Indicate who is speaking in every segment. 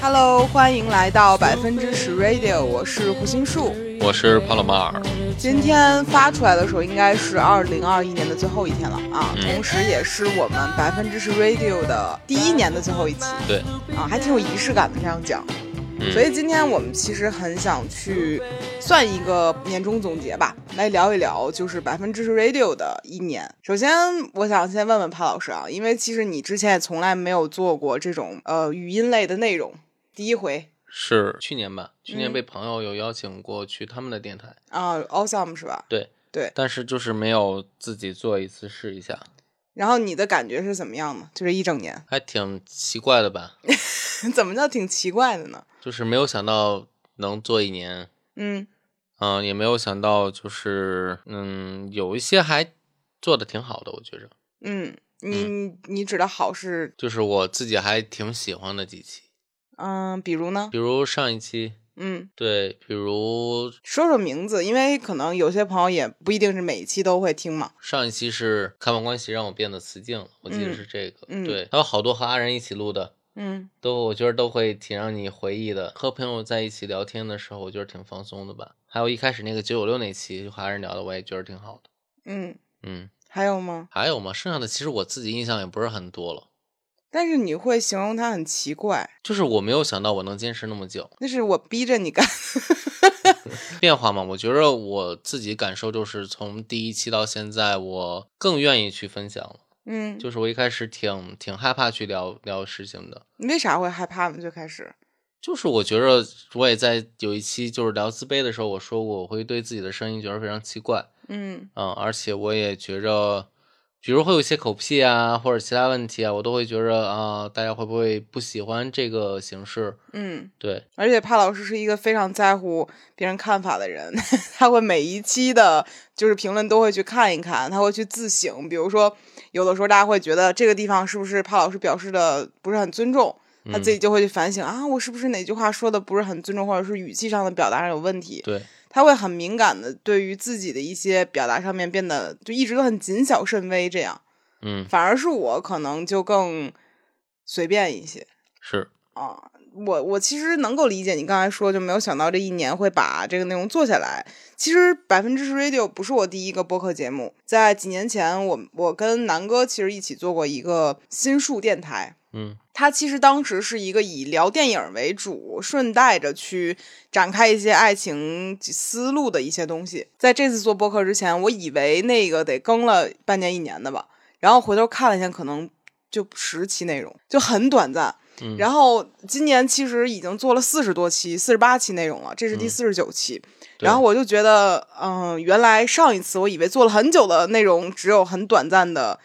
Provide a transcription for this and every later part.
Speaker 1: Hello，欢迎来到百分之十 Radio，我是胡心树。
Speaker 2: 我是帕洛马尔，
Speaker 1: 今天发出来的时候应该是二零二一年的最后一天了啊，
Speaker 2: 嗯
Speaker 1: 同时也是我们百分之十 Radio 的第一年的最后一期
Speaker 2: 对，
Speaker 1: 啊，还挺有仪式感的这样讲。
Speaker 2: 嗯，
Speaker 1: 所以今天我们其实很想去算一个年终总结吧，来聊一聊就是百分之十 radio 的一年。首先，我想先问问潘老师啊，因为其实你之前也从来没有做过这种呃语音类的内容，第一回
Speaker 2: 是去年吧，去年
Speaker 1: 嗯
Speaker 2: 被朋友有邀请过去他们的电台，
Speaker 1: 啊、a w e s o m e 是吧？
Speaker 2: 对
Speaker 1: 对
Speaker 2: 但是就是没有自己做一次试一下，
Speaker 1: 然后你的感觉是怎么样呢？就这一整年，
Speaker 2: 还挺奇怪的吧？
Speaker 1: 怎么叫挺奇怪的呢？
Speaker 2: 就是没有想到能做一年，
Speaker 1: 嗯
Speaker 2: 嗯、也没有想到就是嗯，有一些还做的挺好的，我觉着，
Speaker 1: 嗯，你、你指的好是
Speaker 2: 就是我自己还挺喜欢的几期，
Speaker 1: 嗯、比如呢？
Speaker 2: 比如上一期，
Speaker 1: 嗯，
Speaker 2: 对，比如
Speaker 1: 说说名字，因为可能有些朋友也不一定是每一期都会听嘛。
Speaker 2: 上一期是开放关系让我变得词境了，我记得是这个，
Speaker 1: 嗯嗯
Speaker 2: 对，还有好多和阿仁一起录的，
Speaker 1: 嗯。
Speaker 2: 都我觉得都会挺让你回忆的。和朋友在一起聊天的时候，我觉得挺放松的吧。还有一开始那个九九六那期和阿仁聊的，我也觉得挺好的。
Speaker 1: 嗯，
Speaker 2: 嗯，
Speaker 1: 还有吗？
Speaker 2: 还有吗？剩下的其实我自己印象也不是很多了，
Speaker 1: 但是你会形容它很奇怪，
Speaker 2: 就是我没有想到我能坚持那么久，
Speaker 1: 那是我逼着你干。
Speaker 2: 变化嘛。我觉得我自己感受就是从第一期到现在，我更愿意去分享了。
Speaker 1: 嗯，
Speaker 2: 就是我一开始挺挺害怕去聊聊事情的，
Speaker 1: 你为啥会害怕呢？最开始，
Speaker 2: 就是我觉着，我也在有一期就是聊自卑的时候，我说过我会对自己的声音觉得非常奇怪，
Speaker 1: 嗯
Speaker 2: 嗯，而且我也觉着，比如会有一些口癖啊，或者其他问题啊，我都会觉着啊、大家会不会不喜欢这个形式？
Speaker 1: 嗯，
Speaker 2: 对，
Speaker 1: 而且帕老师是一个非常在乎别人看法的人， 他会每一期的，就是评论都会去看一看，他会去自省。比如说，有的时候大家会觉得这个地方是不是帕老师表示的不是很尊重，他自己就会去反省、啊，我是不是哪句话说的不是很尊重，或者是语气上的表达上有问题？
Speaker 2: 对，
Speaker 1: 他会很敏感的对于自己的一些表达上面变得就一直都很谨小慎微，这样
Speaker 2: 嗯，
Speaker 1: 反而是我可能就更随便一些
Speaker 2: 是，
Speaker 1: 啊。我我其实能够理解你刚才说，就没有想到这一年会把这个内容做下来。其实百分之十 Radio 不是我第一个播客节目，在几年前我我跟南哥其实一起做过一个新树电台，
Speaker 2: 嗯
Speaker 1: 它其实当时是一个以聊电影为主，顺带着去展开一些爱情思路的一些东西。在这次做播客之前，我以为那个得更了半年一年的吧，然后回头看了一下，可能就十期内容，就很短暂。
Speaker 2: 嗯
Speaker 1: 然后今年其实已经做了四十多期，四十八期内容了，这是第
Speaker 2: 嗯
Speaker 1: 四十九期。
Speaker 2: 对
Speaker 1: 然后我就觉得，嗯、原来上一次我以为做了很久的内容，只有很短暂的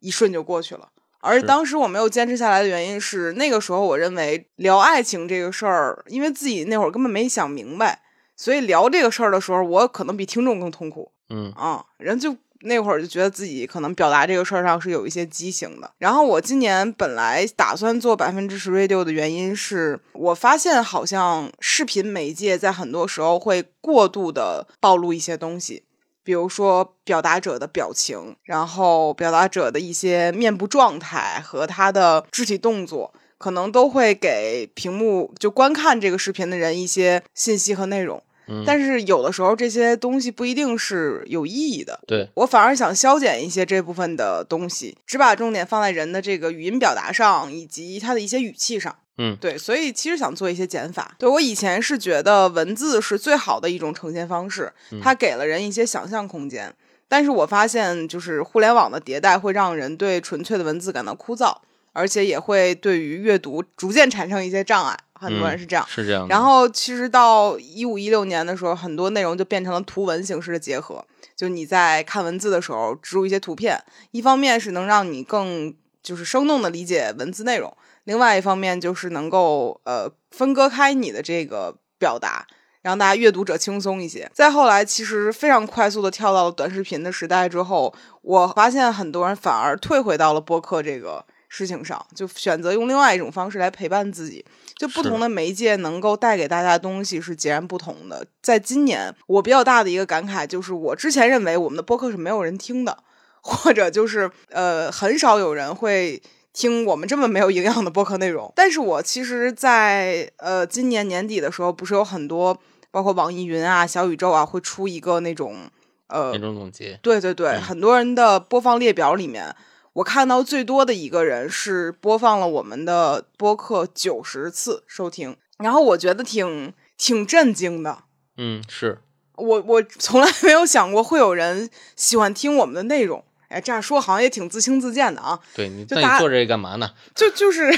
Speaker 1: 一瞬就过去了。而
Speaker 2: 是
Speaker 1: 当时我没有坚持下来的原因是，那个时候我认为聊爱情这个事儿，因为自己那会儿根本没想明白，所以聊这个事儿的时候，我可能比听众更痛苦。
Speaker 2: 嗯
Speaker 1: 啊，人就那会儿就觉得自己可能表达这个事儿上是有一些畸形的。然后我今年本来打算做百分之十 radio 的原因是，我发现好像视频媒介在很多时候会过度的暴露一些东西。比如说表达者的表情，然后表达者的一些面部状态和他的肢体动作，可能都会给屏幕就观看这个视频的人一些信息和内容。
Speaker 2: 嗯，
Speaker 1: 但是有的时候这些东西不一定是有意义的，
Speaker 2: 对，
Speaker 1: 我反而想消减一些这部分的东西，只把重点放在人的这个语音表达上，以及他的一些语气上。
Speaker 2: 嗯
Speaker 1: 对，所以其实想做一些减法。对我以前是觉得文字是最好的一种呈现方式，
Speaker 2: 嗯
Speaker 1: 它给了人一些想象空间。但是我发现，就是互联网的迭代会让人对纯粹的文字感到枯燥，而且也会对于阅读逐渐产生一些障碍。很多人
Speaker 2: 嗯
Speaker 1: 是这样。
Speaker 2: 是这样的，
Speaker 1: 然后其实到一五一六年的时候，很多内容就变成了图文形式的结合，就你在看文字的时候植入一些图片，一方面是能让你更就是生动的理解文字内容，另外一方面就是能够呃分割开你的这个表达。让大家阅读者轻松一些。再后来，其实非常快速的跳到了短视频的时代之后，我发现很多人反而退回到了播客这个事情上，就选择用另外一种方式来陪伴自己。就不
Speaker 2: 是
Speaker 1: 同的媒介能够带给大家的东西是截然不同的。在今年，我比较大的一个感慨就是，我之前 认为我们的播客是没有人听的，或者就是呃，很少有人会听我们这么没有营养的播客内容。但是我其实在，呃今年年底的时候，不是有很多包括网易云啊、小宇宙啊会出一个那种呃
Speaker 2: 年终总结，
Speaker 1: 对对对，
Speaker 2: 嗯
Speaker 1: 很多人的播放列表里面，我看到最多的一个人是播放了我们的播客九十次收听，然后我觉得挺挺震惊的。
Speaker 2: 嗯，是
Speaker 1: 我我从来没有想过会有人喜欢听我们的内容。哎，这样说好像也挺自轻自贱的啊，
Speaker 2: 对你，
Speaker 1: 就
Speaker 2: 那
Speaker 1: 大
Speaker 2: 你做这干嘛呢？
Speaker 1: 就就是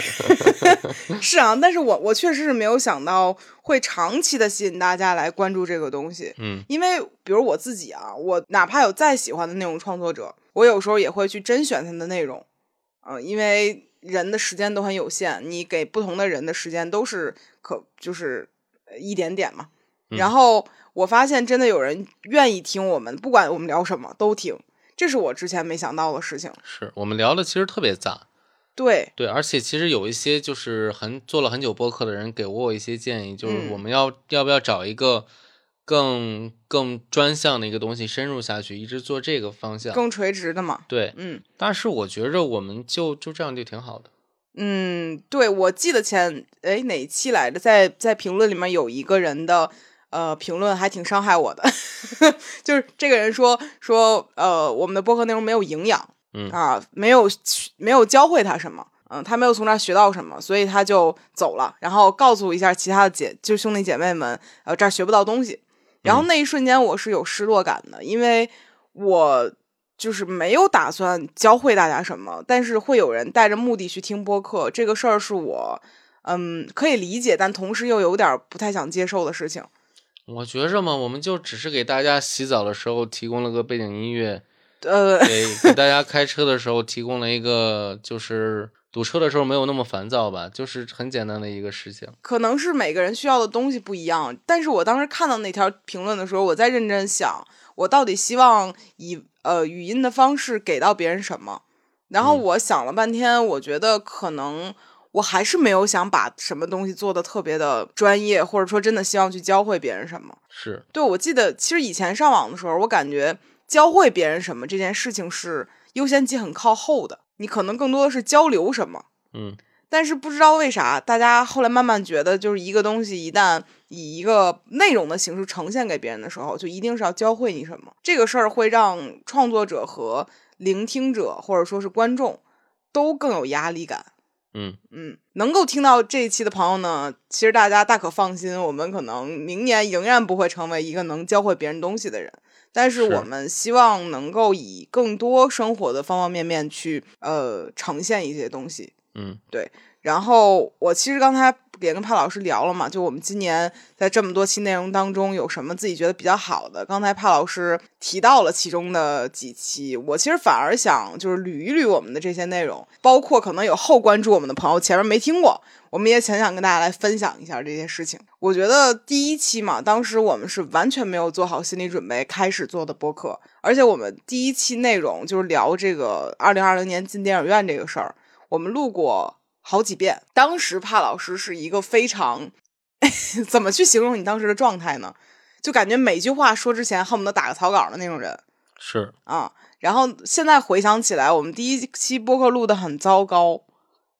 Speaker 1: 是啊，但是我我确实是没有想到会长期的吸引大家来关注这个东西。
Speaker 2: 嗯
Speaker 1: 因为比如我自己啊，我哪怕有再喜欢的内容创作者，我有时候也会去甄选他的内容，嗯、因为人的时间都很有限，你给不同的人的时间都是可就是呃一点点嘛。然
Speaker 2: 嗯
Speaker 1: 后我发现真的有人愿意听我们，不管我们聊什么都听，这是我之前没想到的事情。
Speaker 2: 是我们聊的其实特别杂，
Speaker 1: 对，
Speaker 2: 对，而且其实有一些就是很做了很久播客的人给过我一些建议，就是
Speaker 1: 嗯
Speaker 2: 我们要、要不要找一个更更专项的一个东西深入下去，一直做这个方向。
Speaker 1: 更垂直的嘛。
Speaker 2: 对，
Speaker 1: 嗯
Speaker 2: 但是我觉着我们就就这样就挺好的。
Speaker 1: 嗯，对，我记得前哎哪一期来着，在在评论里面有一个人的呃评论还挺伤害我的， 就是这个人说说呃我们的播客内容没有营养，
Speaker 2: 嗯
Speaker 1: 啊没有没有教会他什么。嗯，他没有从那儿学到什么，所以他就走了，然后告诉一下其他的姐，就兄弟姐妹们，呃，这儿学不到东西。然后那一瞬间我是有失落感的，因为我就是没有打算教会大家什么，但是会有人带着目的去听播客，这个事儿是我嗯可以理解，但同时又有点不太想接受的事情。
Speaker 2: 我觉着嘛，我们就只是给大家洗澡的时候提供了个背景音乐，
Speaker 1: 呃，
Speaker 2: 给给大家开车的时候提供了一个就是堵车的时候没有那么烦躁吧，就是很简单的一个事情。
Speaker 1: 可能是每个人需要的东西不一样，但是我当时看到那条评论的时候，我在认真想，我到底希望以呃语音的方式给到别人什么？然后
Speaker 2: 嗯
Speaker 1: 我想了半天，我觉得可能我还是没有想把什么东西做的特别的专业，或者说真的希望去教会别人什么。
Speaker 2: 是，
Speaker 1: 对，我记得其实以前上网的时候，我感觉教会别人什么这件事情是优先级很靠后的，你可能更多的是交流什么。
Speaker 2: 嗯，
Speaker 1: 但是不知道为啥，大家后来慢慢觉得，就是一个东西一旦以一个内容的形式呈现给别人的时候，就一定是要教会你什么。这个事儿会让创作者和聆听者，或者说是观众，都更有压力感。
Speaker 2: 嗯，
Speaker 1: 嗯，能够听到这一期的朋友呢，其实大家大可放心，我们可能明年仍然不会成为一个能教会别人东西的人，但是
Speaker 2: 是
Speaker 1: 我们希望能够以更多生活的方方面面去呃呈现一些东西。
Speaker 2: 嗯，
Speaker 1: 然后我其实刚才也跟帕老师聊了嘛，就我们今年在这么多期内容当中，有什么自己觉得比较好的？刚才帕老师提到了其中的几期，我其实反而想就是捋一捋我们的这些内容，包括可能有后关注我们的朋友前面没听过，我们也想想跟大家来分享一下这些事情。我觉得第一期嘛，当时我们是完全没有做好心理准备开始做的播客，而且我们第一期内容就是聊这个二零二零年进电影院这个事儿，我们录过好几遍。当时帕老师是一个非常 怎么去形容你当时的状态呢？就感觉每句话说之前恨不得打个草稿的那种人
Speaker 2: 是，
Speaker 1: 啊。然后现在回想起来，我们第一期播客录的很糟糕，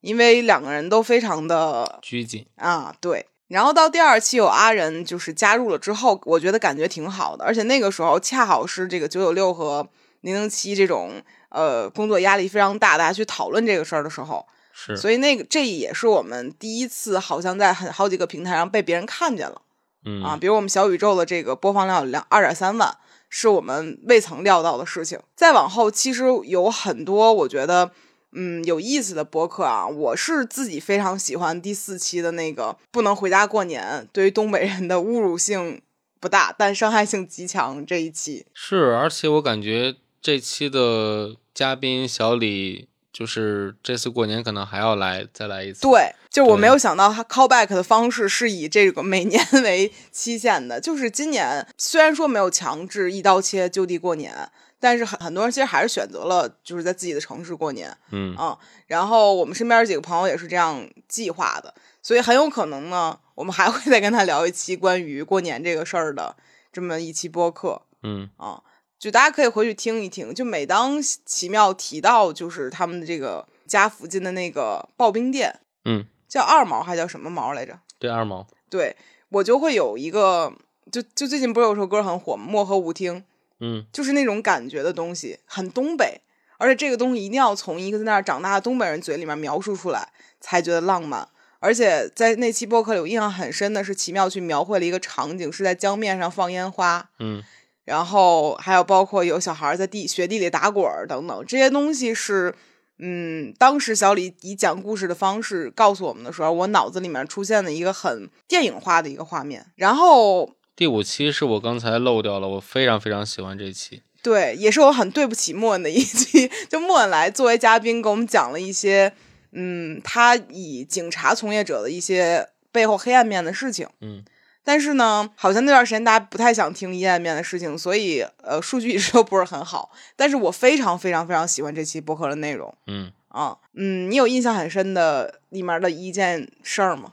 Speaker 1: 因为两个人都非常的
Speaker 2: 拘谨。
Speaker 1: 啊，对。然后到第二期有阿仁就是加入了之后，我觉得感觉挺好的，而且那个时候恰好是这个九九六和零零七这种呃工作压力非常大，大家去讨论这个事儿的时候，
Speaker 2: 是，
Speaker 1: 所以那个这也是我们第一次好像在很好几个平台上被别人看见了、
Speaker 2: 嗯
Speaker 1: 啊，比如我们小宇宙的这个播放量有两二点三万，是我们未曾料到的事情。再往后，其实有很多我觉得嗯有意思的播客啊，我是自己非常喜欢第四期的那个“不能回家过年”，对于东北人的侮辱性不大，但伤害性极强这一期。
Speaker 2: 是，而且我感觉这期的嘉宾小李，就是这次过年可能还要来再来一次。，
Speaker 1: 对，就我
Speaker 2: 对
Speaker 1: 没有想到他 callback 的方式是以这个每年 为期限的，就是今年虽然说没有强制一刀切就地过年，但是很很多人其实还是选择了就是在自己的城市过年
Speaker 2: 嗯，
Speaker 1: 啊、然后我们身边几个朋友也是这样计划的，所以很有可能呢，我们还会再 跟他聊一期关于过年这个事儿的这么一期播客。
Speaker 2: 嗯，
Speaker 1: 啊，就大家可以回去听一听。就每当奇妙提到就是他们的这个家附近的那个刨冰店，
Speaker 2: 嗯，
Speaker 1: 叫二毛还叫什么毛来着？
Speaker 2: 对，二毛，
Speaker 1: 对我就会有一个，就就最近不是有首歌很火吗？漠河舞厅，
Speaker 2: 嗯
Speaker 1: 就是那种感觉的东西，很东北。而且这个东西一定要从一个在那儿长大的东北人嘴里面描述出来，才觉得浪漫。而且在那期播客里，我印象很深的是，奇妙去描绘了一个场景，是在江面上放烟花，
Speaker 2: 嗯
Speaker 1: 然后还有包括有小孩在地雪地里打滚儿等等，这些东西是，嗯，当时小李以讲故事的方式告诉我们的时候，我脑子里面出现了一个很电影化的一个画面。然后
Speaker 2: 第五期是我刚才漏掉了，我非常非常喜欢这期。
Speaker 1: 对，也是我很对不起莫恩的一期。 就莫恩来作为嘉宾，给我们讲了一些，嗯，他以警察从业者的一些背后黑暗面的事情。
Speaker 2: 嗯，
Speaker 1: 但是呢，好像那段时间大家不太想听阴暗面的事情，所以呃，数据一直都不是很好。但是我非常非常非常喜欢这期播客的内容
Speaker 2: 嗯，
Speaker 1: 啊，嗯，你有印象很深的里面的一件事儿吗？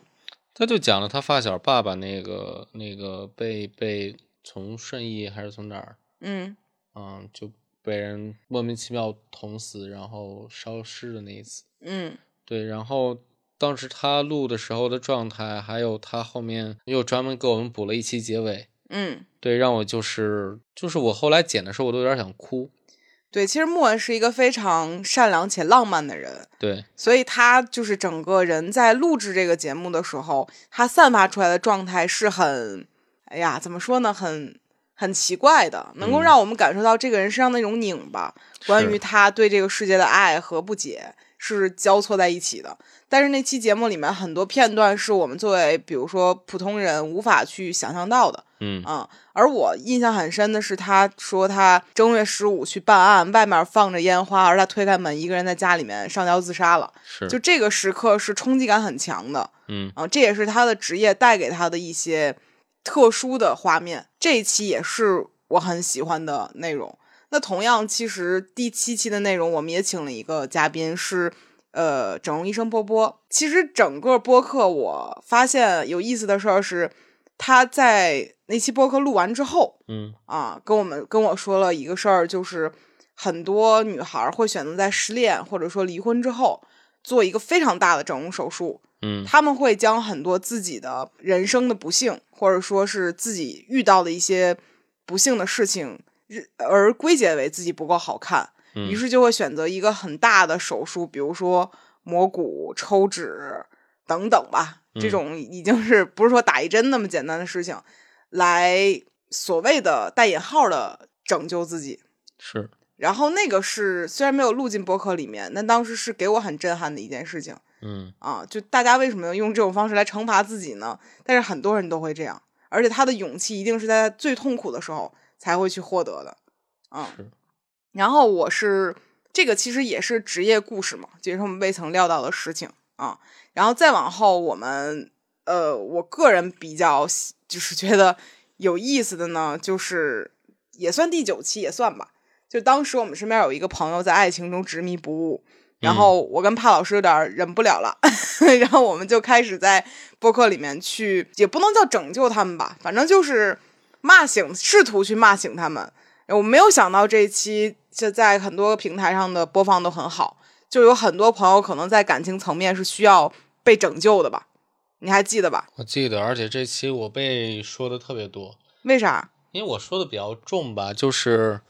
Speaker 2: 他就讲了他发小爸爸那个那个被被从顺义还是从哪儿，
Speaker 1: 嗯，
Speaker 2: 嗯，就被人莫名其妙捅死，然后烧尸的那一次。
Speaker 1: 嗯，
Speaker 2: 对，然后当时他录的时候的状态，还有他后面又专门给我们补了一期结尾，
Speaker 1: 嗯，
Speaker 2: 对，让我就是就是我后来剪的时候，我都有点想哭。
Speaker 1: 对，其实莫恩是一个非常善良且浪漫的人，
Speaker 2: 对，
Speaker 1: 所以他就是整个人在录制这个节目的时候，他散发出来的状态是很，哎呀，怎么说呢，很很奇怪的，能够
Speaker 2: 嗯
Speaker 1: 让我们感受到这个人身上那种拧巴，关于
Speaker 2: 是
Speaker 1: 他对这个世界的爱和不解是交错在一起的。但是那期节目里面很多片段是我们作为比如说普通人无法去想象到的，
Speaker 2: 嗯
Speaker 1: 嗯，而我印象很深的是，他说他正月十五去办案，外面放着烟花，而他推开门，一个人在家里面上吊自杀了。
Speaker 2: 是，
Speaker 1: 就这个时刻是冲击感很强的
Speaker 2: 嗯
Speaker 1: 啊，这也是他的职业带给他的一些特殊的画面。这一期也是我很喜欢的内容。那同样，其实第七期的内容我们也请了一个嘉宾是。呃，整容医生波波，其实整个播客我发现有意思的事儿是，他在那期播客录完之后，
Speaker 2: 嗯
Speaker 1: 啊，跟我们跟我说了一个事儿，就是很多女孩儿会选择在失恋或者说离婚之后做一个非常大的整容手术，
Speaker 2: 嗯
Speaker 1: 她们会将很多自己的人生的不幸，或者说是自己遇到的一些不幸的事情，日而归结为自己不够好看，
Speaker 2: 嗯，
Speaker 1: 于是就会选择一个很大的手术，比如说磨骨、抽脂等等吧。这
Speaker 2: 嗯
Speaker 1: 种已经是不是说打一针那么简单的事情，来所谓的带引号的拯救自己。
Speaker 2: 是，
Speaker 1: 然后那个是虽然没有录进播客里面，但当时是给我很震撼的一件事情
Speaker 2: 嗯
Speaker 1: 啊！就大家为什么要用这种方式来惩罚自己呢？但是很多人都会这样，而且他的勇气一定是在他最痛苦的时候才会去获得的。嗯，
Speaker 2: 是，
Speaker 1: 然后我是这个其实也是职业故事嘛，就是我们未曾料到的事情啊。然后再往后，我们呃，我个人比较喜就是觉得有意思的呢，就是也算第九期也算吧。就当时我们身边有一个朋友在爱情中执迷不悟，然
Speaker 2: 嗯
Speaker 1: 后我跟帕老师有点儿忍不了 了，然后我们就开始在播客里面去，也不能叫拯救他们吧，反正就是骂醒，试图去骂醒他们。我没有想到这一期就在很多平台上的播放都很好，就有很多朋友可能在感情层面是需要被拯救的吧？你还记得吧？
Speaker 2: 我记得，而且这期我被说的特别多，
Speaker 1: 为啥？
Speaker 2: 因为我说的比较重吧，就是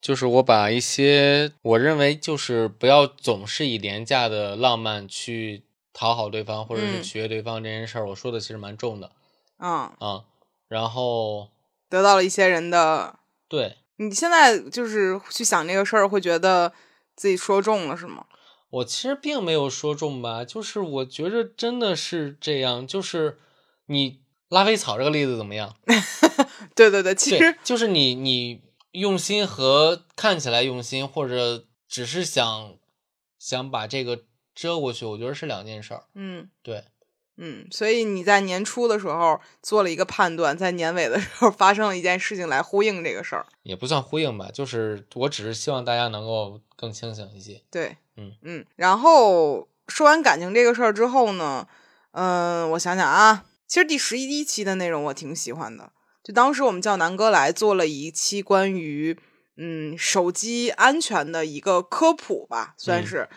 Speaker 2: 就是我把一些我认为就是不要总是以廉价的浪漫去讨好对方或者
Speaker 1: 嗯
Speaker 2: 是取悦对方这件事儿，我说的其实蛮重的
Speaker 1: 嗯，
Speaker 2: 啊、然后
Speaker 1: 得到了一些人的。
Speaker 2: 对
Speaker 1: 你现在就是去想这个事儿，会觉得自己说中了是吗？
Speaker 2: 我其实并没有说中吧，就是我觉着真的是这样，就是你拉菲草这个例子怎么样？
Speaker 1: 对对对，其
Speaker 2: 对
Speaker 1: 实，
Speaker 2: 就是你你用心和看起来用心，或者只是想想把这个遮过去，我觉得是两件事儿。
Speaker 1: 嗯
Speaker 2: 对，
Speaker 1: 嗯，所以你在年初的时候做了一个判断，在年尾的时候发生了一件事情来呼应这个事儿。
Speaker 2: 也不算呼应吧，就是我只是希望大家能够更清醒一些。
Speaker 1: 对，
Speaker 2: 嗯
Speaker 1: 嗯。然后说完感情这个事儿之后呢，嗯、我想想啊，其实第十一期的内容我挺喜欢的，就当时我们叫南哥来做了一期关于嗯手机安全的一个科普吧，算
Speaker 2: 嗯
Speaker 1: 是。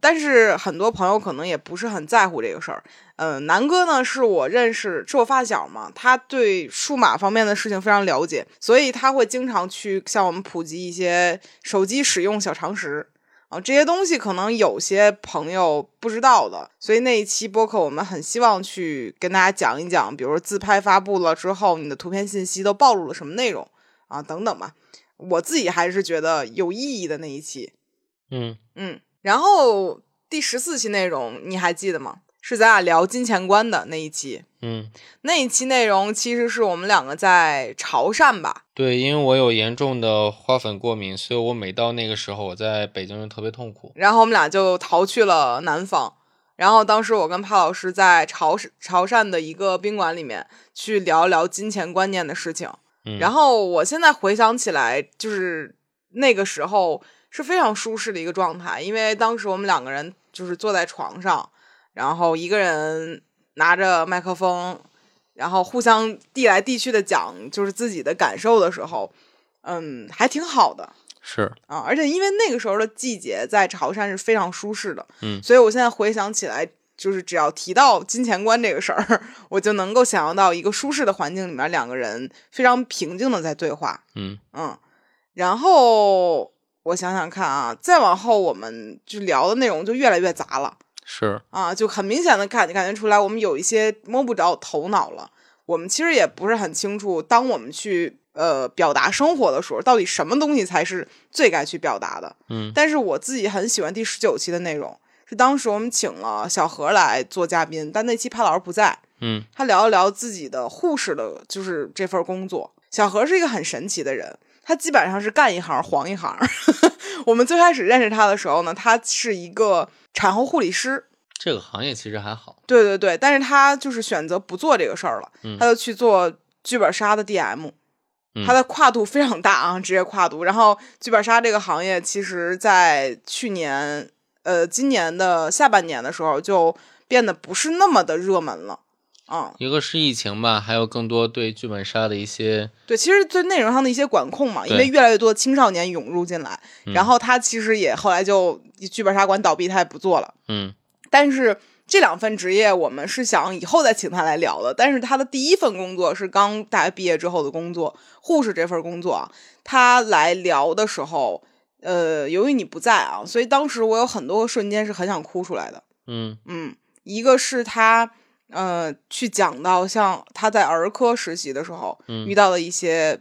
Speaker 1: 但是很多朋友可能也不是很在乎这个事儿。嗯，南哥呢是我认识，是我发小嘛，他对数码方面的事情非常了解，所以他会经常去向我们普及一些手机使用小常识啊，这些东西可能有些朋友不知道的，所以那一期播客我们很希望去跟大家讲一讲，比如说自拍发布了之后，你的图片信息都暴露了什么内容啊，等等吧。我自己还是觉得有意义的那一期，
Speaker 2: 嗯，
Speaker 1: 嗯，然后第十四期内容你还记得吗？是咱俩聊金钱观的那一期。
Speaker 2: 嗯，
Speaker 1: 那一期内容其实是我们两个在潮汕吧，
Speaker 2: 对，因为我有严重的花粉过敏，所以我每到那个时候，我在北京就特别痛苦。
Speaker 1: 然后我们俩就逃去了南方。然后当时我跟帕老师在潮汕潮汕的一个宾馆里面去聊聊金钱观念的事情。
Speaker 2: 嗯，
Speaker 1: 然后我现在回想起来，就是那个时候是非常舒适的一个状态，因为当时我们两个人就是坐在床上，然后一个人拿着麦克风，然后互相递来递去的讲就是自己的感受的时候，嗯，还挺好的。
Speaker 2: 是，
Speaker 1: 啊，而且因为那个时候的季节在潮汕是非常舒适的，
Speaker 2: 嗯
Speaker 1: 所以我现在回想起来，就是只要提到金钱观这个事儿， 我就能够想象到一个舒适的环境里面，两个人非常平静的在对话，
Speaker 2: 嗯
Speaker 1: 嗯，然后我想想看啊，再往后我们就聊的内容就越来越杂了
Speaker 2: 是，
Speaker 1: 啊，就很明显的感感觉出来，我们有一些摸不着头脑了，我们其实也不是很清楚，当我们去。呃，表达生活的时候，到底什么东西才是最该去表达的？
Speaker 2: 嗯
Speaker 1: 但是我自己很喜欢第十九期的内容，是当时我们请了小何来做嘉宾，但那期潘老师不在，
Speaker 2: 嗯
Speaker 1: 他聊一聊自己的护士的，就是这份工作。小何是一个很神奇的人，他基本上是干一行黄一行。 我们最开始认识他的时候呢，他是一个产后护理师，
Speaker 2: 这个行业其实还好。
Speaker 1: 对对对，但是他就是选择不做这个事儿了，
Speaker 2: 嗯
Speaker 1: 他就去做剧本杀的 DM，、
Speaker 2: 嗯
Speaker 1: 他的跨度非常大啊，职业跨度。然后剧本杀这个行业，其实在去年呃今年的下半年的时候，就变得不是那么的热门了。嗯，
Speaker 2: 一个是疫情吧，还有更多对剧本杀的一些，
Speaker 1: 对，其实对内容上的一些管控嘛，因为
Speaker 2: 对嗯
Speaker 1: 越来越多青少年涌入进来，然后他其实也后来就剧本杀馆倒闭，他也不做了。
Speaker 2: 嗯
Speaker 1: 但是这两份职业我们是想以后再请他来聊的。但是他的第一份工作是刚大学毕业之后的工作，护士这份工作啊，他来聊的时候，呃，由于你不在啊，所以当时我有很多个瞬间是很想哭出来的。
Speaker 2: 嗯
Speaker 1: 嗯，一个是他呃去讲到像他在儿科实习的时候、
Speaker 2: 嗯
Speaker 1: 遇到了一些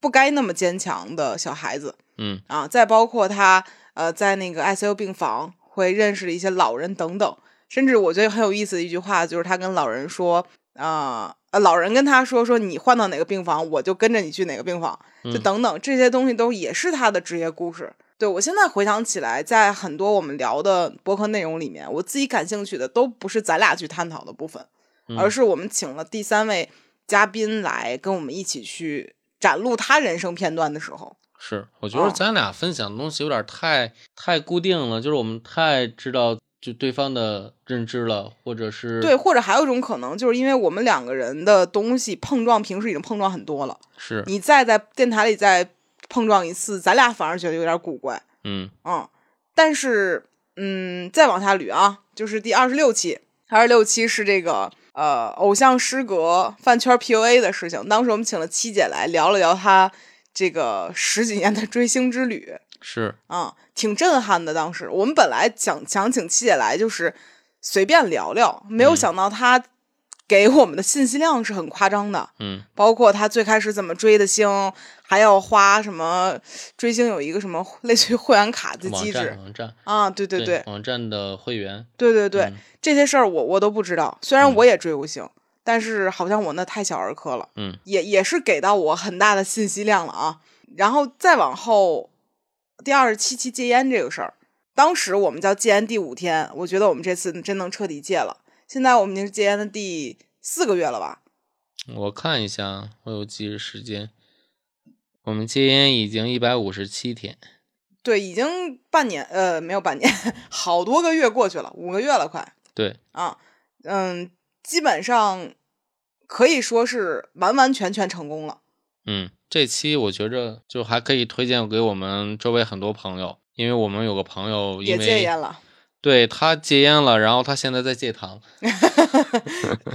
Speaker 1: 不该那么坚强的小孩子，
Speaker 2: 嗯
Speaker 1: 啊，再包括他呃在那个 ICU 病房会认识了一些老人等等，甚至我觉得很有意思的一句话就是他跟老人说啊、呃，老人跟他说说你换到哪个病房，我就跟着你去哪个病房，就
Speaker 2: 嗯
Speaker 1: 等等这些东西都也是他的职业故事。对我现在回想起来，在很多我们聊的博客内容里面，我自己感兴趣的都不是咱俩去探讨的部分，
Speaker 2: 嗯
Speaker 1: 而是我们请了第三位嘉宾来跟我们一起去展露他人生片段的时候。
Speaker 2: 是，我觉得
Speaker 1: 哦
Speaker 2: 咱俩分享的东西有点太太固定了，就是我们太知道就对方的认知了，或者是
Speaker 1: 对，或者还有一种可能，就是因为我们两个人的东西碰撞，平时已经碰撞很多了，
Speaker 2: 是
Speaker 1: 你再在电台里再碰撞一次，咱俩反而觉得有点古怪，
Speaker 2: 嗯
Speaker 1: 嗯。但是，嗯，再往下捋啊，就是第二十六期，二十六期是这个呃偶像失格饭圈 PUA 的事情。当时我们请了七姐来聊了聊她这个十几年的追星之旅，
Speaker 2: 是
Speaker 1: 啊、挺震撼的。当时我们本来想想请七姐来，就是随便聊聊，没有
Speaker 2: 嗯
Speaker 1: 想到她给我们的信息量是很夸张的，
Speaker 2: 嗯
Speaker 1: 包括她最开始怎么追的星，还要花什么追星有一个什么 类似于会员卡的
Speaker 2: 网
Speaker 1: 机
Speaker 2: 站
Speaker 1: 制
Speaker 2: 网站
Speaker 1: 啊，对对对
Speaker 2: 网站的会员
Speaker 1: 对对对，
Speaker 2: 嗯
Speaker 1: 这些事儿我我都不知道，虽然
Speaker 2: 嗯
Speaker 1: 我也追过星。但是好像我那太小儿科了，
Speaker 2: 嗯
Speaker 1: 也也是给到我很大的信息量了啊。然后再往后，第二十七期戒烟这个事儿，当时我们叫戒烟第五天，我觉得我们这次真能彻底戒了。现在我们已经是戒烟的第四个月了吧？
Speaker 2: 我看一下，我有记着时间，我们戒烟已经一百五十七天，
Speaker 1: 对，已经半年，呃，没有半年， 好多个月过去了，五个月了，快
Speaker 2: 对，
Speaker 1: 啊，嗯，基本上可以说是完完全全成功了。
Speaker 2: 嗯，这期我觉着就还可以推荐给我们周围很多朋友，因为我们有个朋友
Speaker 1: 也
Speaker 2: 因为
Speaker 1: 戒烟了，
Speaker 2: 对他戒烟了，然后他现在在戒糖。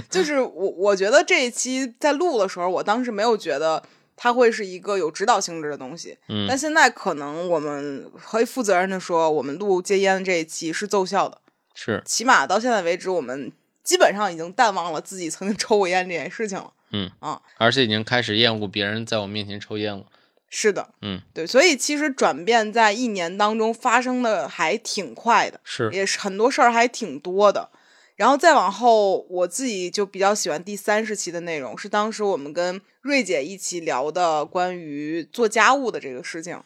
Speaker 1: 就是我我觉得这一期在录的时候，我当时没有觉得它会是一个有指导性质的东西，
Speaker 2: 嗯
Speaker 1: 但现在可能我们可以负责任的说，我们录戒烟的这一期是奏效的，
Speaker 2: 是，
Speaker 1: 起码到现在为止，我们基本上已经淡忘了自己曾经抽过烟这件事情了。
Speaker 2: 嗯
Speaker 1: 啊，
Speaker 2: 而且已经开始厌恶别人在我面前抽烟了。
Speaker 1: 是的，
Speaker 2: 嗯，
Speaker 1: 对，所以其实转变在一年当中发生的还挺快的，
Speaker 2: 是，
Speaker 1: 也是很多事儿还挺多的。然后再往后，我自己就比较喜欢第三十期的内容，是当时我们跟瑞姐一起聊的关于做家务的这个事情。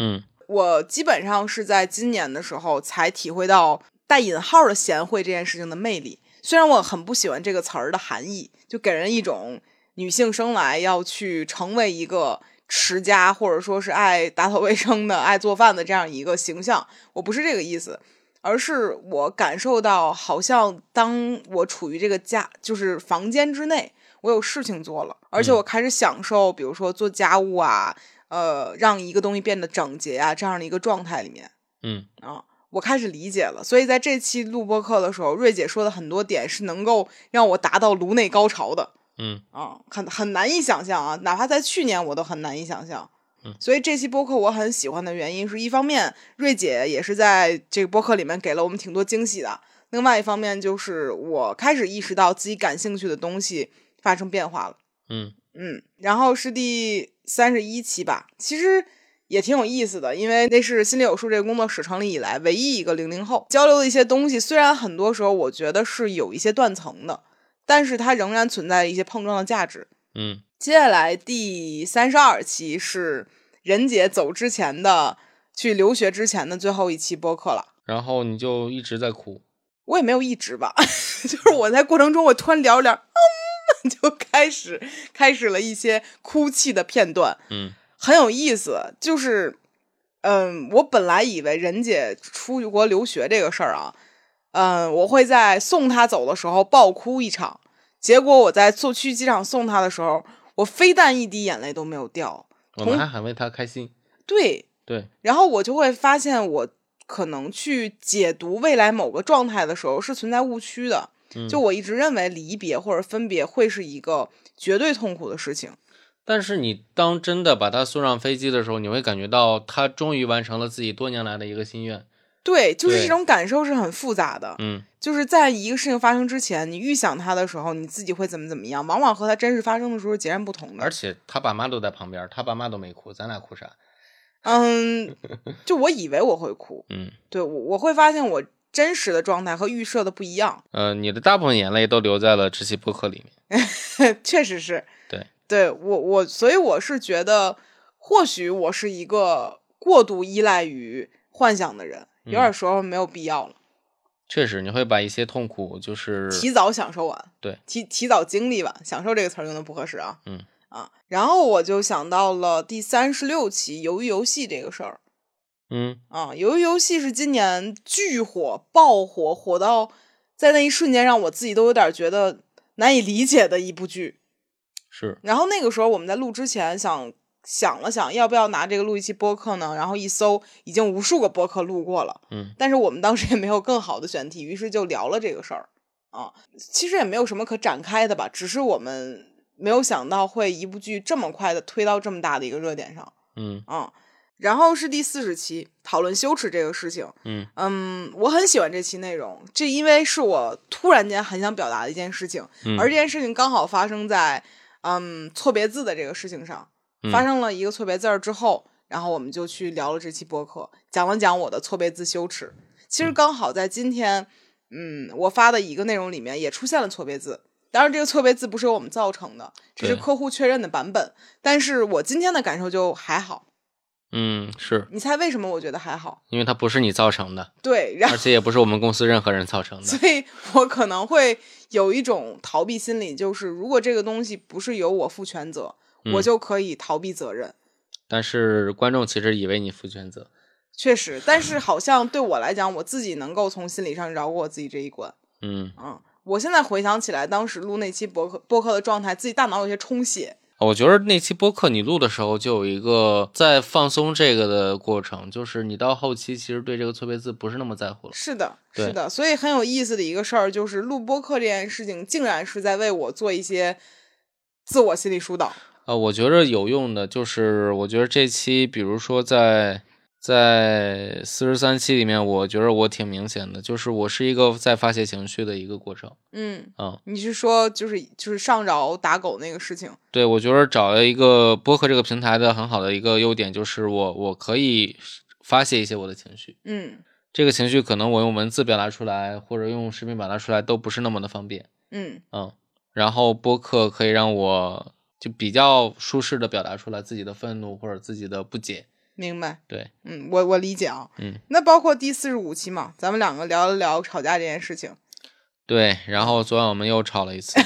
Speaker 2: 嗯
Speaker 1: 我基本上是在今年的时候才体会到带引号的贤惠这件事情的魅力。虽然我很不喜欢这个词儿的含义，就给人一种女性生来要去成为一个持家或者说是爱打扫卫生的、爱做饭的这样一个形象。我不是这个意思，而是我感受到，好像当我处于这个家，就是房间之内，我有事情做了，而且我开始享受，比如说做家务啊，呃，让一个东西变得整洁啊，这样的一个状态里面
Speaker 2: 嗯，
Speaker 1: 啊，我开始理解了。所以在这期录播课的时候，瑞姐说的很多点是能够让我达到颅内高潮的。
Speaker 2: 嗯
Speaker 1: 啊，很很难以想象啊，哪怕在去年我都很难以想象。
Speaker 2: 嗯
Speaker 1: 所以这期播客我很喜欢的原因是一方面，瑞姐也是在这个播客里面给了我们挺多惊喜的；另外一方面就是我开始意识到自己感兴趣的东西发生变化了。
Speaker 2: 嗯
Speaker 1: 嗯，然后是第三十一期吧，其实也挺有意思的，因为那是心里有数这个工作室成立以来唯一一个零零后交流的一些东西，虽然很多时候我觉得是有一些断层的，但是它仍然存在一些碰撞的价值。
Speaker 2: 嗯
Speaker 1: 接下来第三十二期是任姐走之前的去留学之前的最后一期播客了。
Speaker 2: 然后你就一直在哭。
Speaker 1: 我也没有一直吧， 就是我在过程中，我突然聊着聊着，嗯， 就开始开始了一些哭泣的片段，
Speaker 2: 嗯
Speaker 1: 很有意思。就是，嗯，我本来以为任姐出国留学这个事儿啊，嗯，我会在送她走的时候爆哭一场。结果我在坐去机场送她的时候，我非但一滴眼泪都没有掉，
Speaker 2: 我
Speaker 1: 同
Speaker 2: 们还很为他开心。
Speaker 1: 对，
Speaker 2: 对，
Speaker 1: 然后我就会发现，我可能去解读未来某个状态的时候是存在误区的。
Speaker 2: 嗯
Speaker 1: 就我一直认为离别或者分别会是一个绝对痛苦的事情。
Speaker 2: 但是你当真的把他送上飞机的时候，你会感觉到他终于完成了自己多年来的一个心愿。
Speaker 1: 对，就是
Speaker 2: 对
Speaker 1: 这种感受是很复杂的。
Speaker 2: 嗯
Speaker 1: 就是在一个事情发生之前，你预想它的时候，你自己会怎么怎么样，往往和它真实发生的时候是截然不同的
Speaker 2: 而。且他爸妈都在旁边，他爸妈都没哭，咱俩哭啥？
Speaker 1: 嗯，就我以为我会哭，
Speaker 2: 嗯，
Speaker 1: 对我我会发现我真实的状态和预设的不一样。
Speaker 2: 呃，你的大部分眼泪都留在了这期播客里面。
Speaker 1: 确实是，
Speaker 2: 对，
Speaker 1: 对我我，所以我是觉得，或许我是一个过度依赖于幻想的人，有
Speaker 2: 嗯
Speaker 1: 点时候没有必要了，
Speaker 2: 确实，你会把一些痛苦就是
Speaker 1: 提早享受完，
Speaker 2: 对，
Speaker 1: 提提早经历完，享受这个词儿用的不合适啊，
Speaker 2: 嗯
Speaker 1: 啊，然后我就想到了第三十六期《鱿鱼游戏》这个事儿
Speaker 2: 嗯
Speaker 1: 啊，《鱿鱼游戏》是今年巨火、爆火，火到在那一瞬间让我自己都有点觉得难以理解的一部剧，
Speaker 2: 是
Speaker 1: 然后那个时候我们在录之前想想了想，要不要拿这个录一期播客呢？然后一搜，已经无数个播客录过了，
Speaker 2: 嗯
Speaker 1: 但是我们当时也没有更好的选题，于是就聊了这个事儿啊。其实也没有什么可展开的吧，只是我们没有想到会一部剧这么快的推到这么大的一个热点上
Speaker 2: 嗯
Speaker 1: 啊。然后是第四十期讨论羞耻这个事情，
Speaker 2: 嗯
Speaker 1: 嗯，我很喜欢这期内容，这因为是我突然间很想表达的一件事情，
Speaker 2: 嗯，
Speaker 1: 而这件事情刚好发生在嗯错别字的这个事情上，发
Speaker 2: 嗯
Speaker 1: 生了一个错别字儿之后，然后我们就去聊了这期播客，讲了讲我的错别字羞耻。其
Speaker 2: 嗯
Speaker 1: 实刚好在今天，嗯，我发的一个内容里面也出现了错别字。当然，这个错别字不是由我们造成的，这是
Speaker 2: 对
Speaker 1: 客户确认的版本。但是我今天的感受就还好，
Speaker 2: 嗯是
Speaker 1: 你猜为什么？我觉得还好。
Speaker 2: 因为它不是你造成的，
Speaker 1: 对，然后
Speaker 2: 而且也不是我们公司任何人造成 的。
Speaker 1: 所以我可能会有一种逃避心理，就是如果这个东西不是由我负全责，我
Speaker 2: 嗯
Speaker 1: 就可以逃避责任。
Speaker 2: 但是观众其实以为你负全责。
Speaker 1: 确实，但是好像对我来讲，我自己能够从心理上饶过我自己这一关。
Speaker 2: 嗯，
Speaker 1: 嗯，我现在回想起来，当时录那期博客播客的状态，自己大脑有些充血，
Speaker 2: 我觉得那期播客你录的时候就有一个在放松这个的过程，就是你到后期其实对这个错别字不是那么在乎了。
Speaker 1: 是的，
Speaker 2: 对
Speaker 1: 是的，所以很有意思的一个事儿就是录播课这件事情，竟然是在为我做一些自我心理疏导。
Speaker 2: 呃，我觉着有用的就是，我觉得这期，比如说在在四十三期里面，我觉得我挺明显的，就是我是一个在发泄情绪的一个过程。
Speaker 1: 嗯，
Speaker 2: 嗯，
Speaker 1: 你是说就是就是上饶打狗那个事情？
Speaker 2: 对，我觉得找了一个播客这个平台的很好的一个优点就是我我可以发泄一些我的情绪，
Speaker 1: 嗯
Speaker 2: 这个情绪可能我用文字表达出来，或者用视频表达出来都不是那么的方便。
Speaker 1: 嗯
Speaker 2: 嗯，然后播客可以让我就比较舒适的表达出来自己的愤怒或者自己的不解。
Speaker 1: 明白。
Speaker 2: 对，
Speaker 1: 嗯，我我理解啊。
Speaker 2: 嗯，
Speaker 1: 那包括第四十五期嘛，咱们两个聊了聊吵架这件事情。
Speaker 2: 对，然后昨晚我们又吵了一次，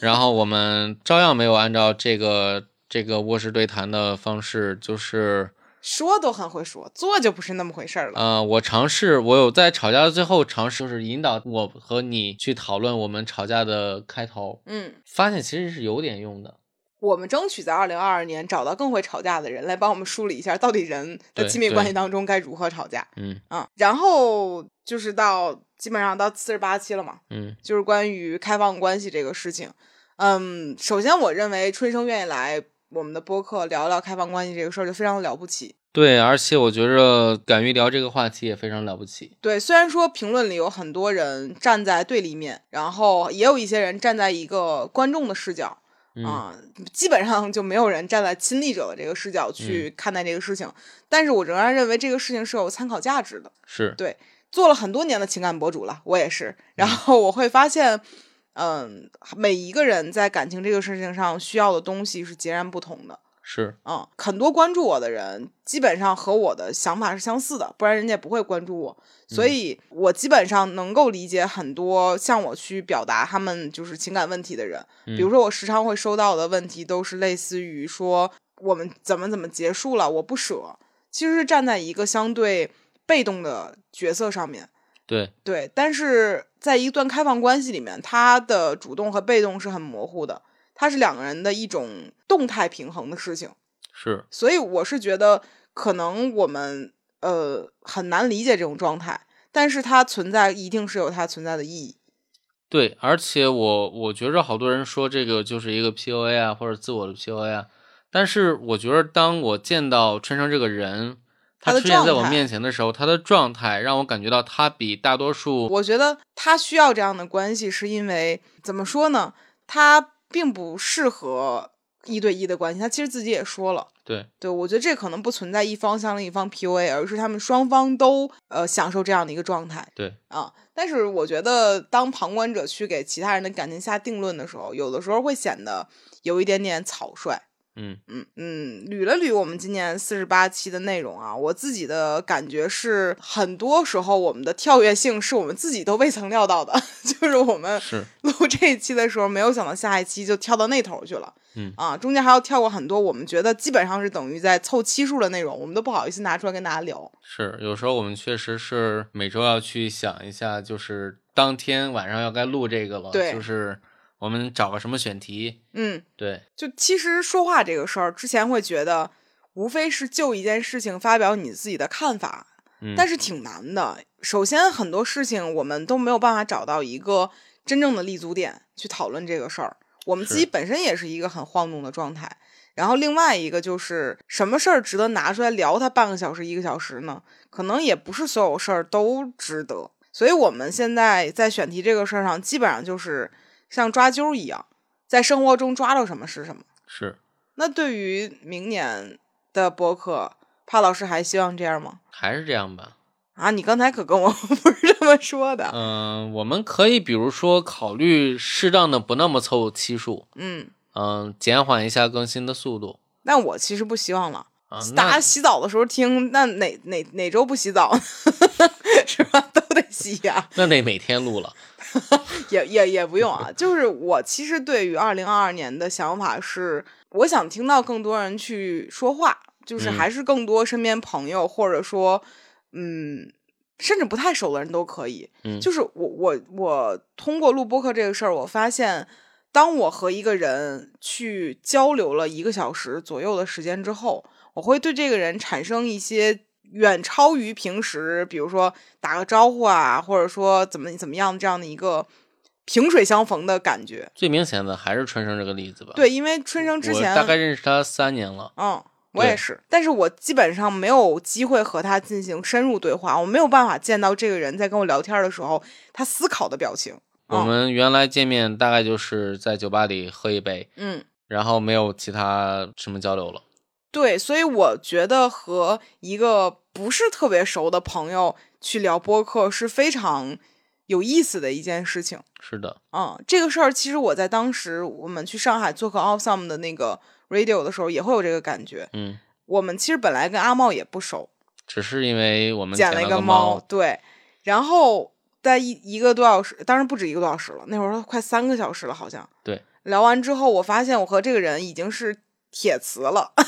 Speaker 2: 然后我们照样没有按照这个这个卧室对谈的方式，就是
Speaker 1: 说都很会说，做就不是那么回事儿了。
Speaker 2: 呃，我尝试，我有在吵架的最后尝试，就是引导我和你去讨论我们吵架的开头，
Speaker 1: 嗯，
Speaker 2: 发现其实是有点用的。
Speaker 1: 我们争取在二零二二年找到更会吵架的人来帮我们梳理一下，到底人在
Speaker 2: 对
Speaker 1: 亲密关系
Speaker 2: 对
Speaker 1: 当中该如何吵架
Speaker 2: 嗯
Speaker 1: 啊、然后就是到基本上到四十八期了嘛，
Speaker 2: 嗯
Speaker 1: 就是关于开放关系这个事情。嗯，首先我认为春生愿意来我们的播客聊聊开放关系这个事儿就非常了不起。
Speaker 2: 对，而且我觉着敢于聊这个话题也非常了不起。
Speaker 1: 对，虽然说评论里有很多人站在对立面，然后也有一些人站在一个观众的视角，
Speaker 2: 嗯、
Speaker 1: 啊、基本上就没有人站在亲历者的这个视角去看待这个事情。但是我仍然认为这个事情是有参考价值的。
Speaker 2: 是，
Speaker 1: 做了很多年的情感博主了，我也是。然后我会发现，嗯，每一个人在感情这个事情上需要的东西是截然不同的。
Speaker 2: 是，
Speaker 1: 嗯，很多关注我的人基本上和我的想法是相似的，不然人家也不会关注我。所以我基本上能够理解很多向我去表达他们就是情感问题的人。比如
Speaker 2: 嗯
Speaker 1: 说，我时常会收到的问题都是类似于说我们怎么怎么结束了，我不舍，其实是站在一个相对被动的角色上面。
Speaker 2: 对，
Speaker 1: 对，但是在一段开放关系里面，它的主动和被动是很模糊的，它是两个人的一种动态平衡的事情。
Speaker 2: 是，
Speaker 1: 所以我是觉得，可能我们呃很难理解这种状态，但是它存在一定是有它存在的意义。
Speaker 2: 对，而且我我觉着好多人说这个就是一个 PUA 啊，或者自我的 PUA 啊，但是我觉得当我见到春生这个人，
Speaker 1: 他
Speaker 2: 他
Speaker 1: 的
Speaker 2: 出现在
Speaker 1: 状
Speaker 2: 我
Speaker 1: 态
Speaker 2: 面前的时候，他的状态让我感觉到他比大多数
Speaker 1: 我觉得他需要这样的关系，是因为怎么说呢？他并不适合一对一的关系。他其实自己也说了，
Speaker 2: 对
Speaker 1: 对我觉得这可能不存在一方向另一方 PUA，而是他们双方都呃享受这样的一个状态
Speaker 2: 对
Speaker 1: 啊。但是我觉得，当旁观者去给其他人的感情下定论的时候，有的时候会显得有一点点草率。
Speaker 2: 嗯
Speaker 1: 嗯嗯，捋了捋我们今年四十八期的内容啊，我自己的感觉是，很多时候我们的跳跃性是我们自己都未曾料到的， 就是我们
Speaker 2: 是
Speaker 1: 录这一期的时候，没有想到下一期就跳到那头去了。
Speaker 2: 嗯
Speaker 1: 啊，中间还要跳过很多我们觉得基本上是等于在凑期数的内容，我们都不好意思拿出来跟大家聊。
Speaker 2: 是，有时候我们确实是每周要去想一下，就是当天晚上要该录这个了，
Speaker 1: 对
Speaker 2: 就是我们找个什么选题，
Speaker 1: 嗯，
Speaker 2: 对
Speaker 1: 就其实说话这个事儿，之前会觉得无非是就一件事情发表你自己的看法，
Speaker 2: 嗯
Speaker 1: 但是挺难的。首先，很多事情我们都没有办法找到一个真正的立足点去讨论这个事儿。我们自己
Speaker 2: 是
Speaker 1: 本身也是一个很晃动的状态。然后，另外一个就是什么事儿值得拿出来聊它半个小时、一个小时呢？可能也不是所有事儿都值得。所以，我们现在在选题这个事儿上，基本上就是像抓阄儿一样，在生活中抓到什么是什么。
Speaker 2: 是
Speaker 1: 那对于明年的播客，帕老师还希望这样吗？
Speaker 2: 还是这样吧。
Speaker 1: 啊，你刚才可跟我 不是这么说的。
Speaker 2: 嗯、我们可以比如说考虑适当的不那么凑期数，
Speaker 1: 嗯，
Speaker 2: 嗯、减缓一下更新的速度
Speaker 1: 但我其实不希望了。
Speaker 2: 啊。
Speaker 1: 大
Speaker 2: 那
Speaker 1: 家洗澡的时候听，那哪哪哪周不洗澡呢？ 是吧？都得洗呀、
Speaker 2: 那得每天录了。
Speaker 1: 也也也不用啊。就是我其实对于二零二二年的想法是，我想听到更多人去说话，就是
Speaker 2: 嗯
Speaker 1: 还是更多身边朋友，或者说，嗯，甚至不太熟的人都可以。
Speaker 2: 嗯
Speaker 1: 就是我我我通过录播客这个事儿，我发现当我和一个人去交流了一个小时左右的时间之后，我会对这个人产生一些远超于平时，比如说打个招呼啊，或者说怎么怎么样这样的一个萍水相逢的感觉。
Speaker 2: 最明显的还是春生这个例子吧。，
Speaker 1: 对，因为春生之前
Speaker 2: 啊我大概认识他三年了。
Speaker 1: 嗯，我
Speaker 2: 对
Speaker 1: 也是，但是我基本上没有机会和他进行深入对话，我没有办法见到这个人在跟我聊天的时候他思考的表情。嗯
Speaker 2: 我们原来见面大概就是在酒吧里喝一杯，
Speaker 1: 嗯，
Speaker 2: 然后没有其他什么交流了。
Speaker 1: 对，所以我觉得和一个不是特别熟的朋友去聊播客是非常有意思的一件事情。
Speaker 2: 是的，
Speaker 1: 嗯，这个事儿其实我在当时我们去上海做客 Awesome 的那个 Radio 的时候也会有这个感觉。
Speaker 2: 嗯，
Speaker 1: 我们其实本来跟阿茂也不熟，
Speaker 2: 只是因为我们
Speaker 1: 捡
Speaker 2: 了
Speaker 1: 了一
Speaker 2: 个
Speaker 1: 猫，，对，然后在一一个多小时，当然不止一个多小时了，那会儿快三个小时了，好像。
Speaker 2: 对。
Speaker 1: 聊完之后，我发现我和这个人已经是铁磁了，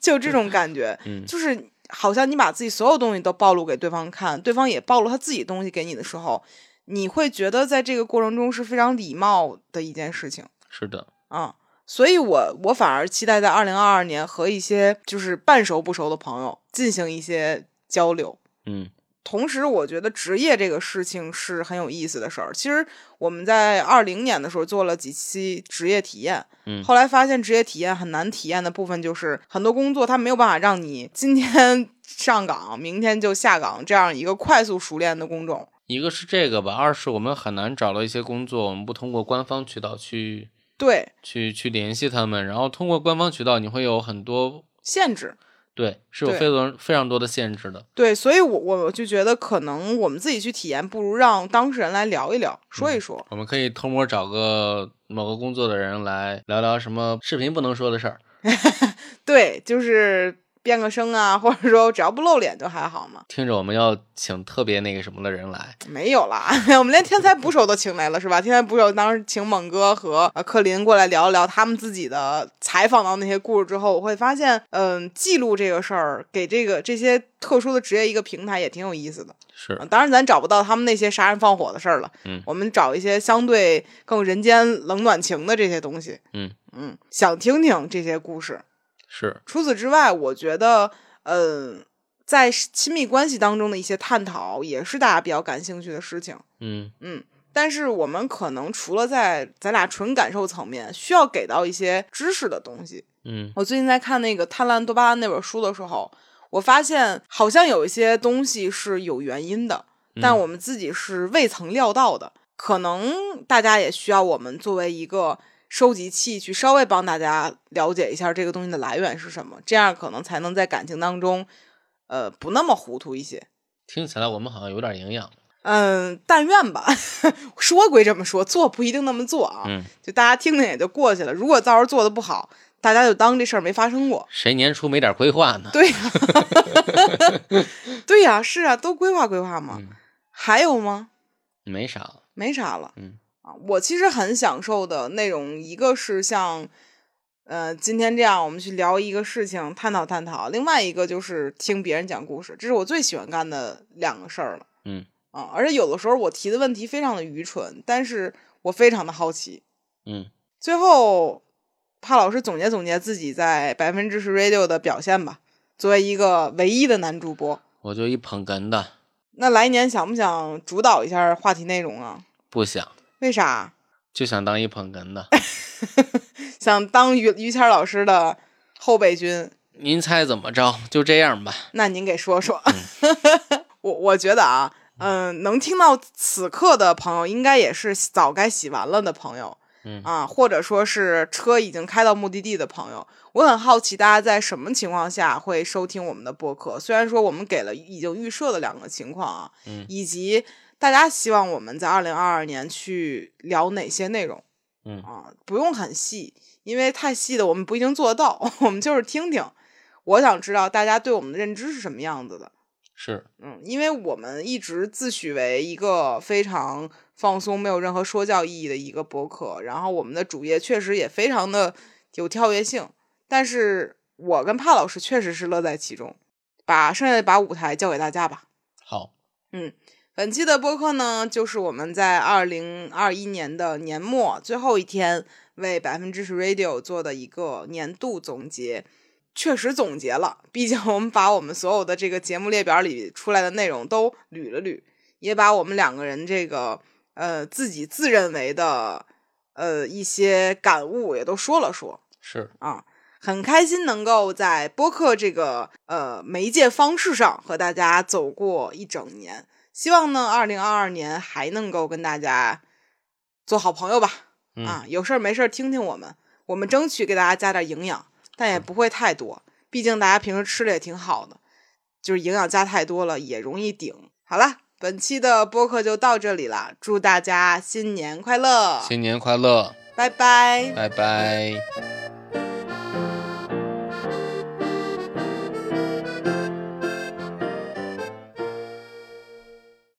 Speaker 1: 就这种感觉，
Speaker 2: 嗯
Speaker 1: 就是好像你把自己所有东西都暴露给对方看，对方也暴露他自己东西给你的时候，你会觉得在这个过程中是非常礼貌的一件事情。
Speaker 2: 是的，
Speaker 1: 啊、所以我我反而期待在二零二二年和一些就是半熟不熟的朋友进行一些交流。
Speaker 2: 嗯，
Speaker 1: 同时，我觉得职业这个事情是很有意思的事儿。其实我们在二零年的时候做了几期职业体验，
Speaker 2: 嗯
Speaker 1: 后来发现职业体验很难体验的部分就是很多工作它没有办法让你今天 上岗，明天就下岗这样一个快速熟练的工种。
Speaker 2: 一个是这个吧，二是我们很难找到一些工作，我们不通过官方渠道去
Speaker 1: 对，
Speaker 2: 去去联系他们，然后通过官方渠道你会有很多
Speaker 1: 限制
Speaker 2: 对是有
Speaker 1: 对
Speaker 2: 非常非常多的限制的。
Speaker 1: 对，所以我我就觉得可能我们自己去体验，不如让当事人来聊一聊，说一说。
Speaker 2: 我们可以偷摸找个某个工作的人来聊聊什么视频不能说的事儿。
Speaker 1: 对，就是变个声啊，或者说只要不露脸就还好嘛。
Speaker 2: 听着，我们要请特别那个什么的人来，
Speaker 1: 没有啦， 我们连天才捕手都请来了，是吧？天才捕手当时请猛哥和呃克林过来聊一聊他们自己的采访到那些故事之后，我会发现，嗯，记录这个事儿给这个这些特殊的职业一个平台也挺有意思的。
Speaker 2: 是
Speaker 1: 啊当然，咱找不到他们那些杀人放火的事儿了。
Speaker 2: 嗯
Speaker 1: 我们找一些相对更人间冷暖情的这些东西。
Speaker 2: 嗯
Speaker 1: 嗯，想听听这些故事。
Speaker 2: 是，
Speaker 1: 除此之外，我觉得，嗯、在亲密关系当中的一些探讨，也是大家比较感兴趣的事情。
Speaker 2: 嗯，
Speaker 1: 嗯，但是我们可能除了在咱俩纯感受层面，需要给到一些知识的东西。
Speaker 2: 嗯，
Speaker 1: 我最近在看那个《贪婪多巴胺》那本书的时候，我发现好像有一些东西是有原因的，但
Speaker 2: 嗯
Speaker 1: 我们自己是未曾料到的。可能大家也需要我们作为一个收集器，去稍微帮大家了解一下这个东西的来源是什么，这样可能才能在感情当中，呃，不那么糊涂一些。
Speaker 2: 听起来我们好像有点营养。
Speaker 1: 嗯，但愿吧。 说归这么说，做不一定那么做啊。
Speaker 2: 嗯，
Speaker 1: 就大家听听也就过去了。如果到时候做的不好，大家就当这事儿没发生过。
Speaker 2: 谁年初没点规划呢？
Speaker 1: 对呀、 对呀、是啊，都规划规划嘛。
Speaker 2: 嗯
Speaker 1: 还有吗？
Speaker 2: 没啥。
Speaker 1: 没啥了。
Speaker 2: 嗯
Speaker 1: 啊，我其实很享受的内容，一个是像，呃，今天这样我们去聊一个事情，探讨探讨；另外一个就是听别人讲故事，这是我最喜欢干的两个事儿了。
Speaker 2: 嗯
Speaker 1: 啊，而且有的时候我提的问题非常的愚蠢，但是我非常的好奇。
Speaker 2: 嗯，
Speaker 1: 最后，帕老师总结总结自己在百分之十 Radio 的表现吧，作为一个唯一的男主播。
Speaker 2: 我就一捧哏的，
Speaker 1: 那来年想不想主导一下话题内容啊？
Speaker 2: 不想
Speaker 1: 为啥？
Speaker 2: 就想当一捧哏的。
Speaker 1: 想当于于谦儿老师的后备军，
Speaker 2: 您猜怎么着？就这样吧。
Speaker 1: 那您给说说。
Speaker 2: 嗯
Speaker 1: 我我觉得啊，嗯、能听到此刻的朋友，应该也是早该洗完了的朋友，
Speaker 2: 嗯
Speaker 1: 啊，或者说是车已经开到目的地的朋友。我很好奇大家在什么情况下会收听我们的播客。虽然说我们给了已经预设的两个情况啊，
Speaker 2: 嗯
Speaker 1: 以及大家希望我们在二零二二年去聊哪些内容。
Speaker 2: 嗯
Speaker 1: 啊，不用很细，因为太细的我们不一定做得到， 我们就是听听。我想知道大家对我们的认知是什么样子的。
Speaker 2: 是，
Speaker 1: 嗯，因为我们一直自诩为一个非常放松、没有任何说教意义的一个博客，然后我们的主页确实也非常的有跳跃性，但是我跟帕老师确实是乐在其中，把剩下的把舞台交给大家吧。
Speaker 2: 好，
Speaker 1: 本期的播客呢，就是我们在二零二一年的年末最后一天为百分之十 Radio 做的一个年度总结。确实总结了，毕竟我们把我们所有的这个节目列表里出来的内容都捋了捋，也把我们两个人这个呃自己自认为的呃一些感悟也都说了说。
Speaker 2: 是
Speaker 1: 啊，很开心能够在播客这个呃媒介方式上和大家走过一整年。希望呢，二零二二年还能够跟大家做好朋友吧。
Speaker 2: 嗯
Speaker 1: 啊，有事儿没事儿听听我们，我们争取给大家加点营养，但也不会太多，毕竟大家平时吃的也挺好的，就是营养加太多了也容易顶。好了，本期的播客就到这里啦，祝大家新年快乐，
Speaker 2: 新年快乐，
Speaker 1: 拜拜。
Speaker 2: 拜拜。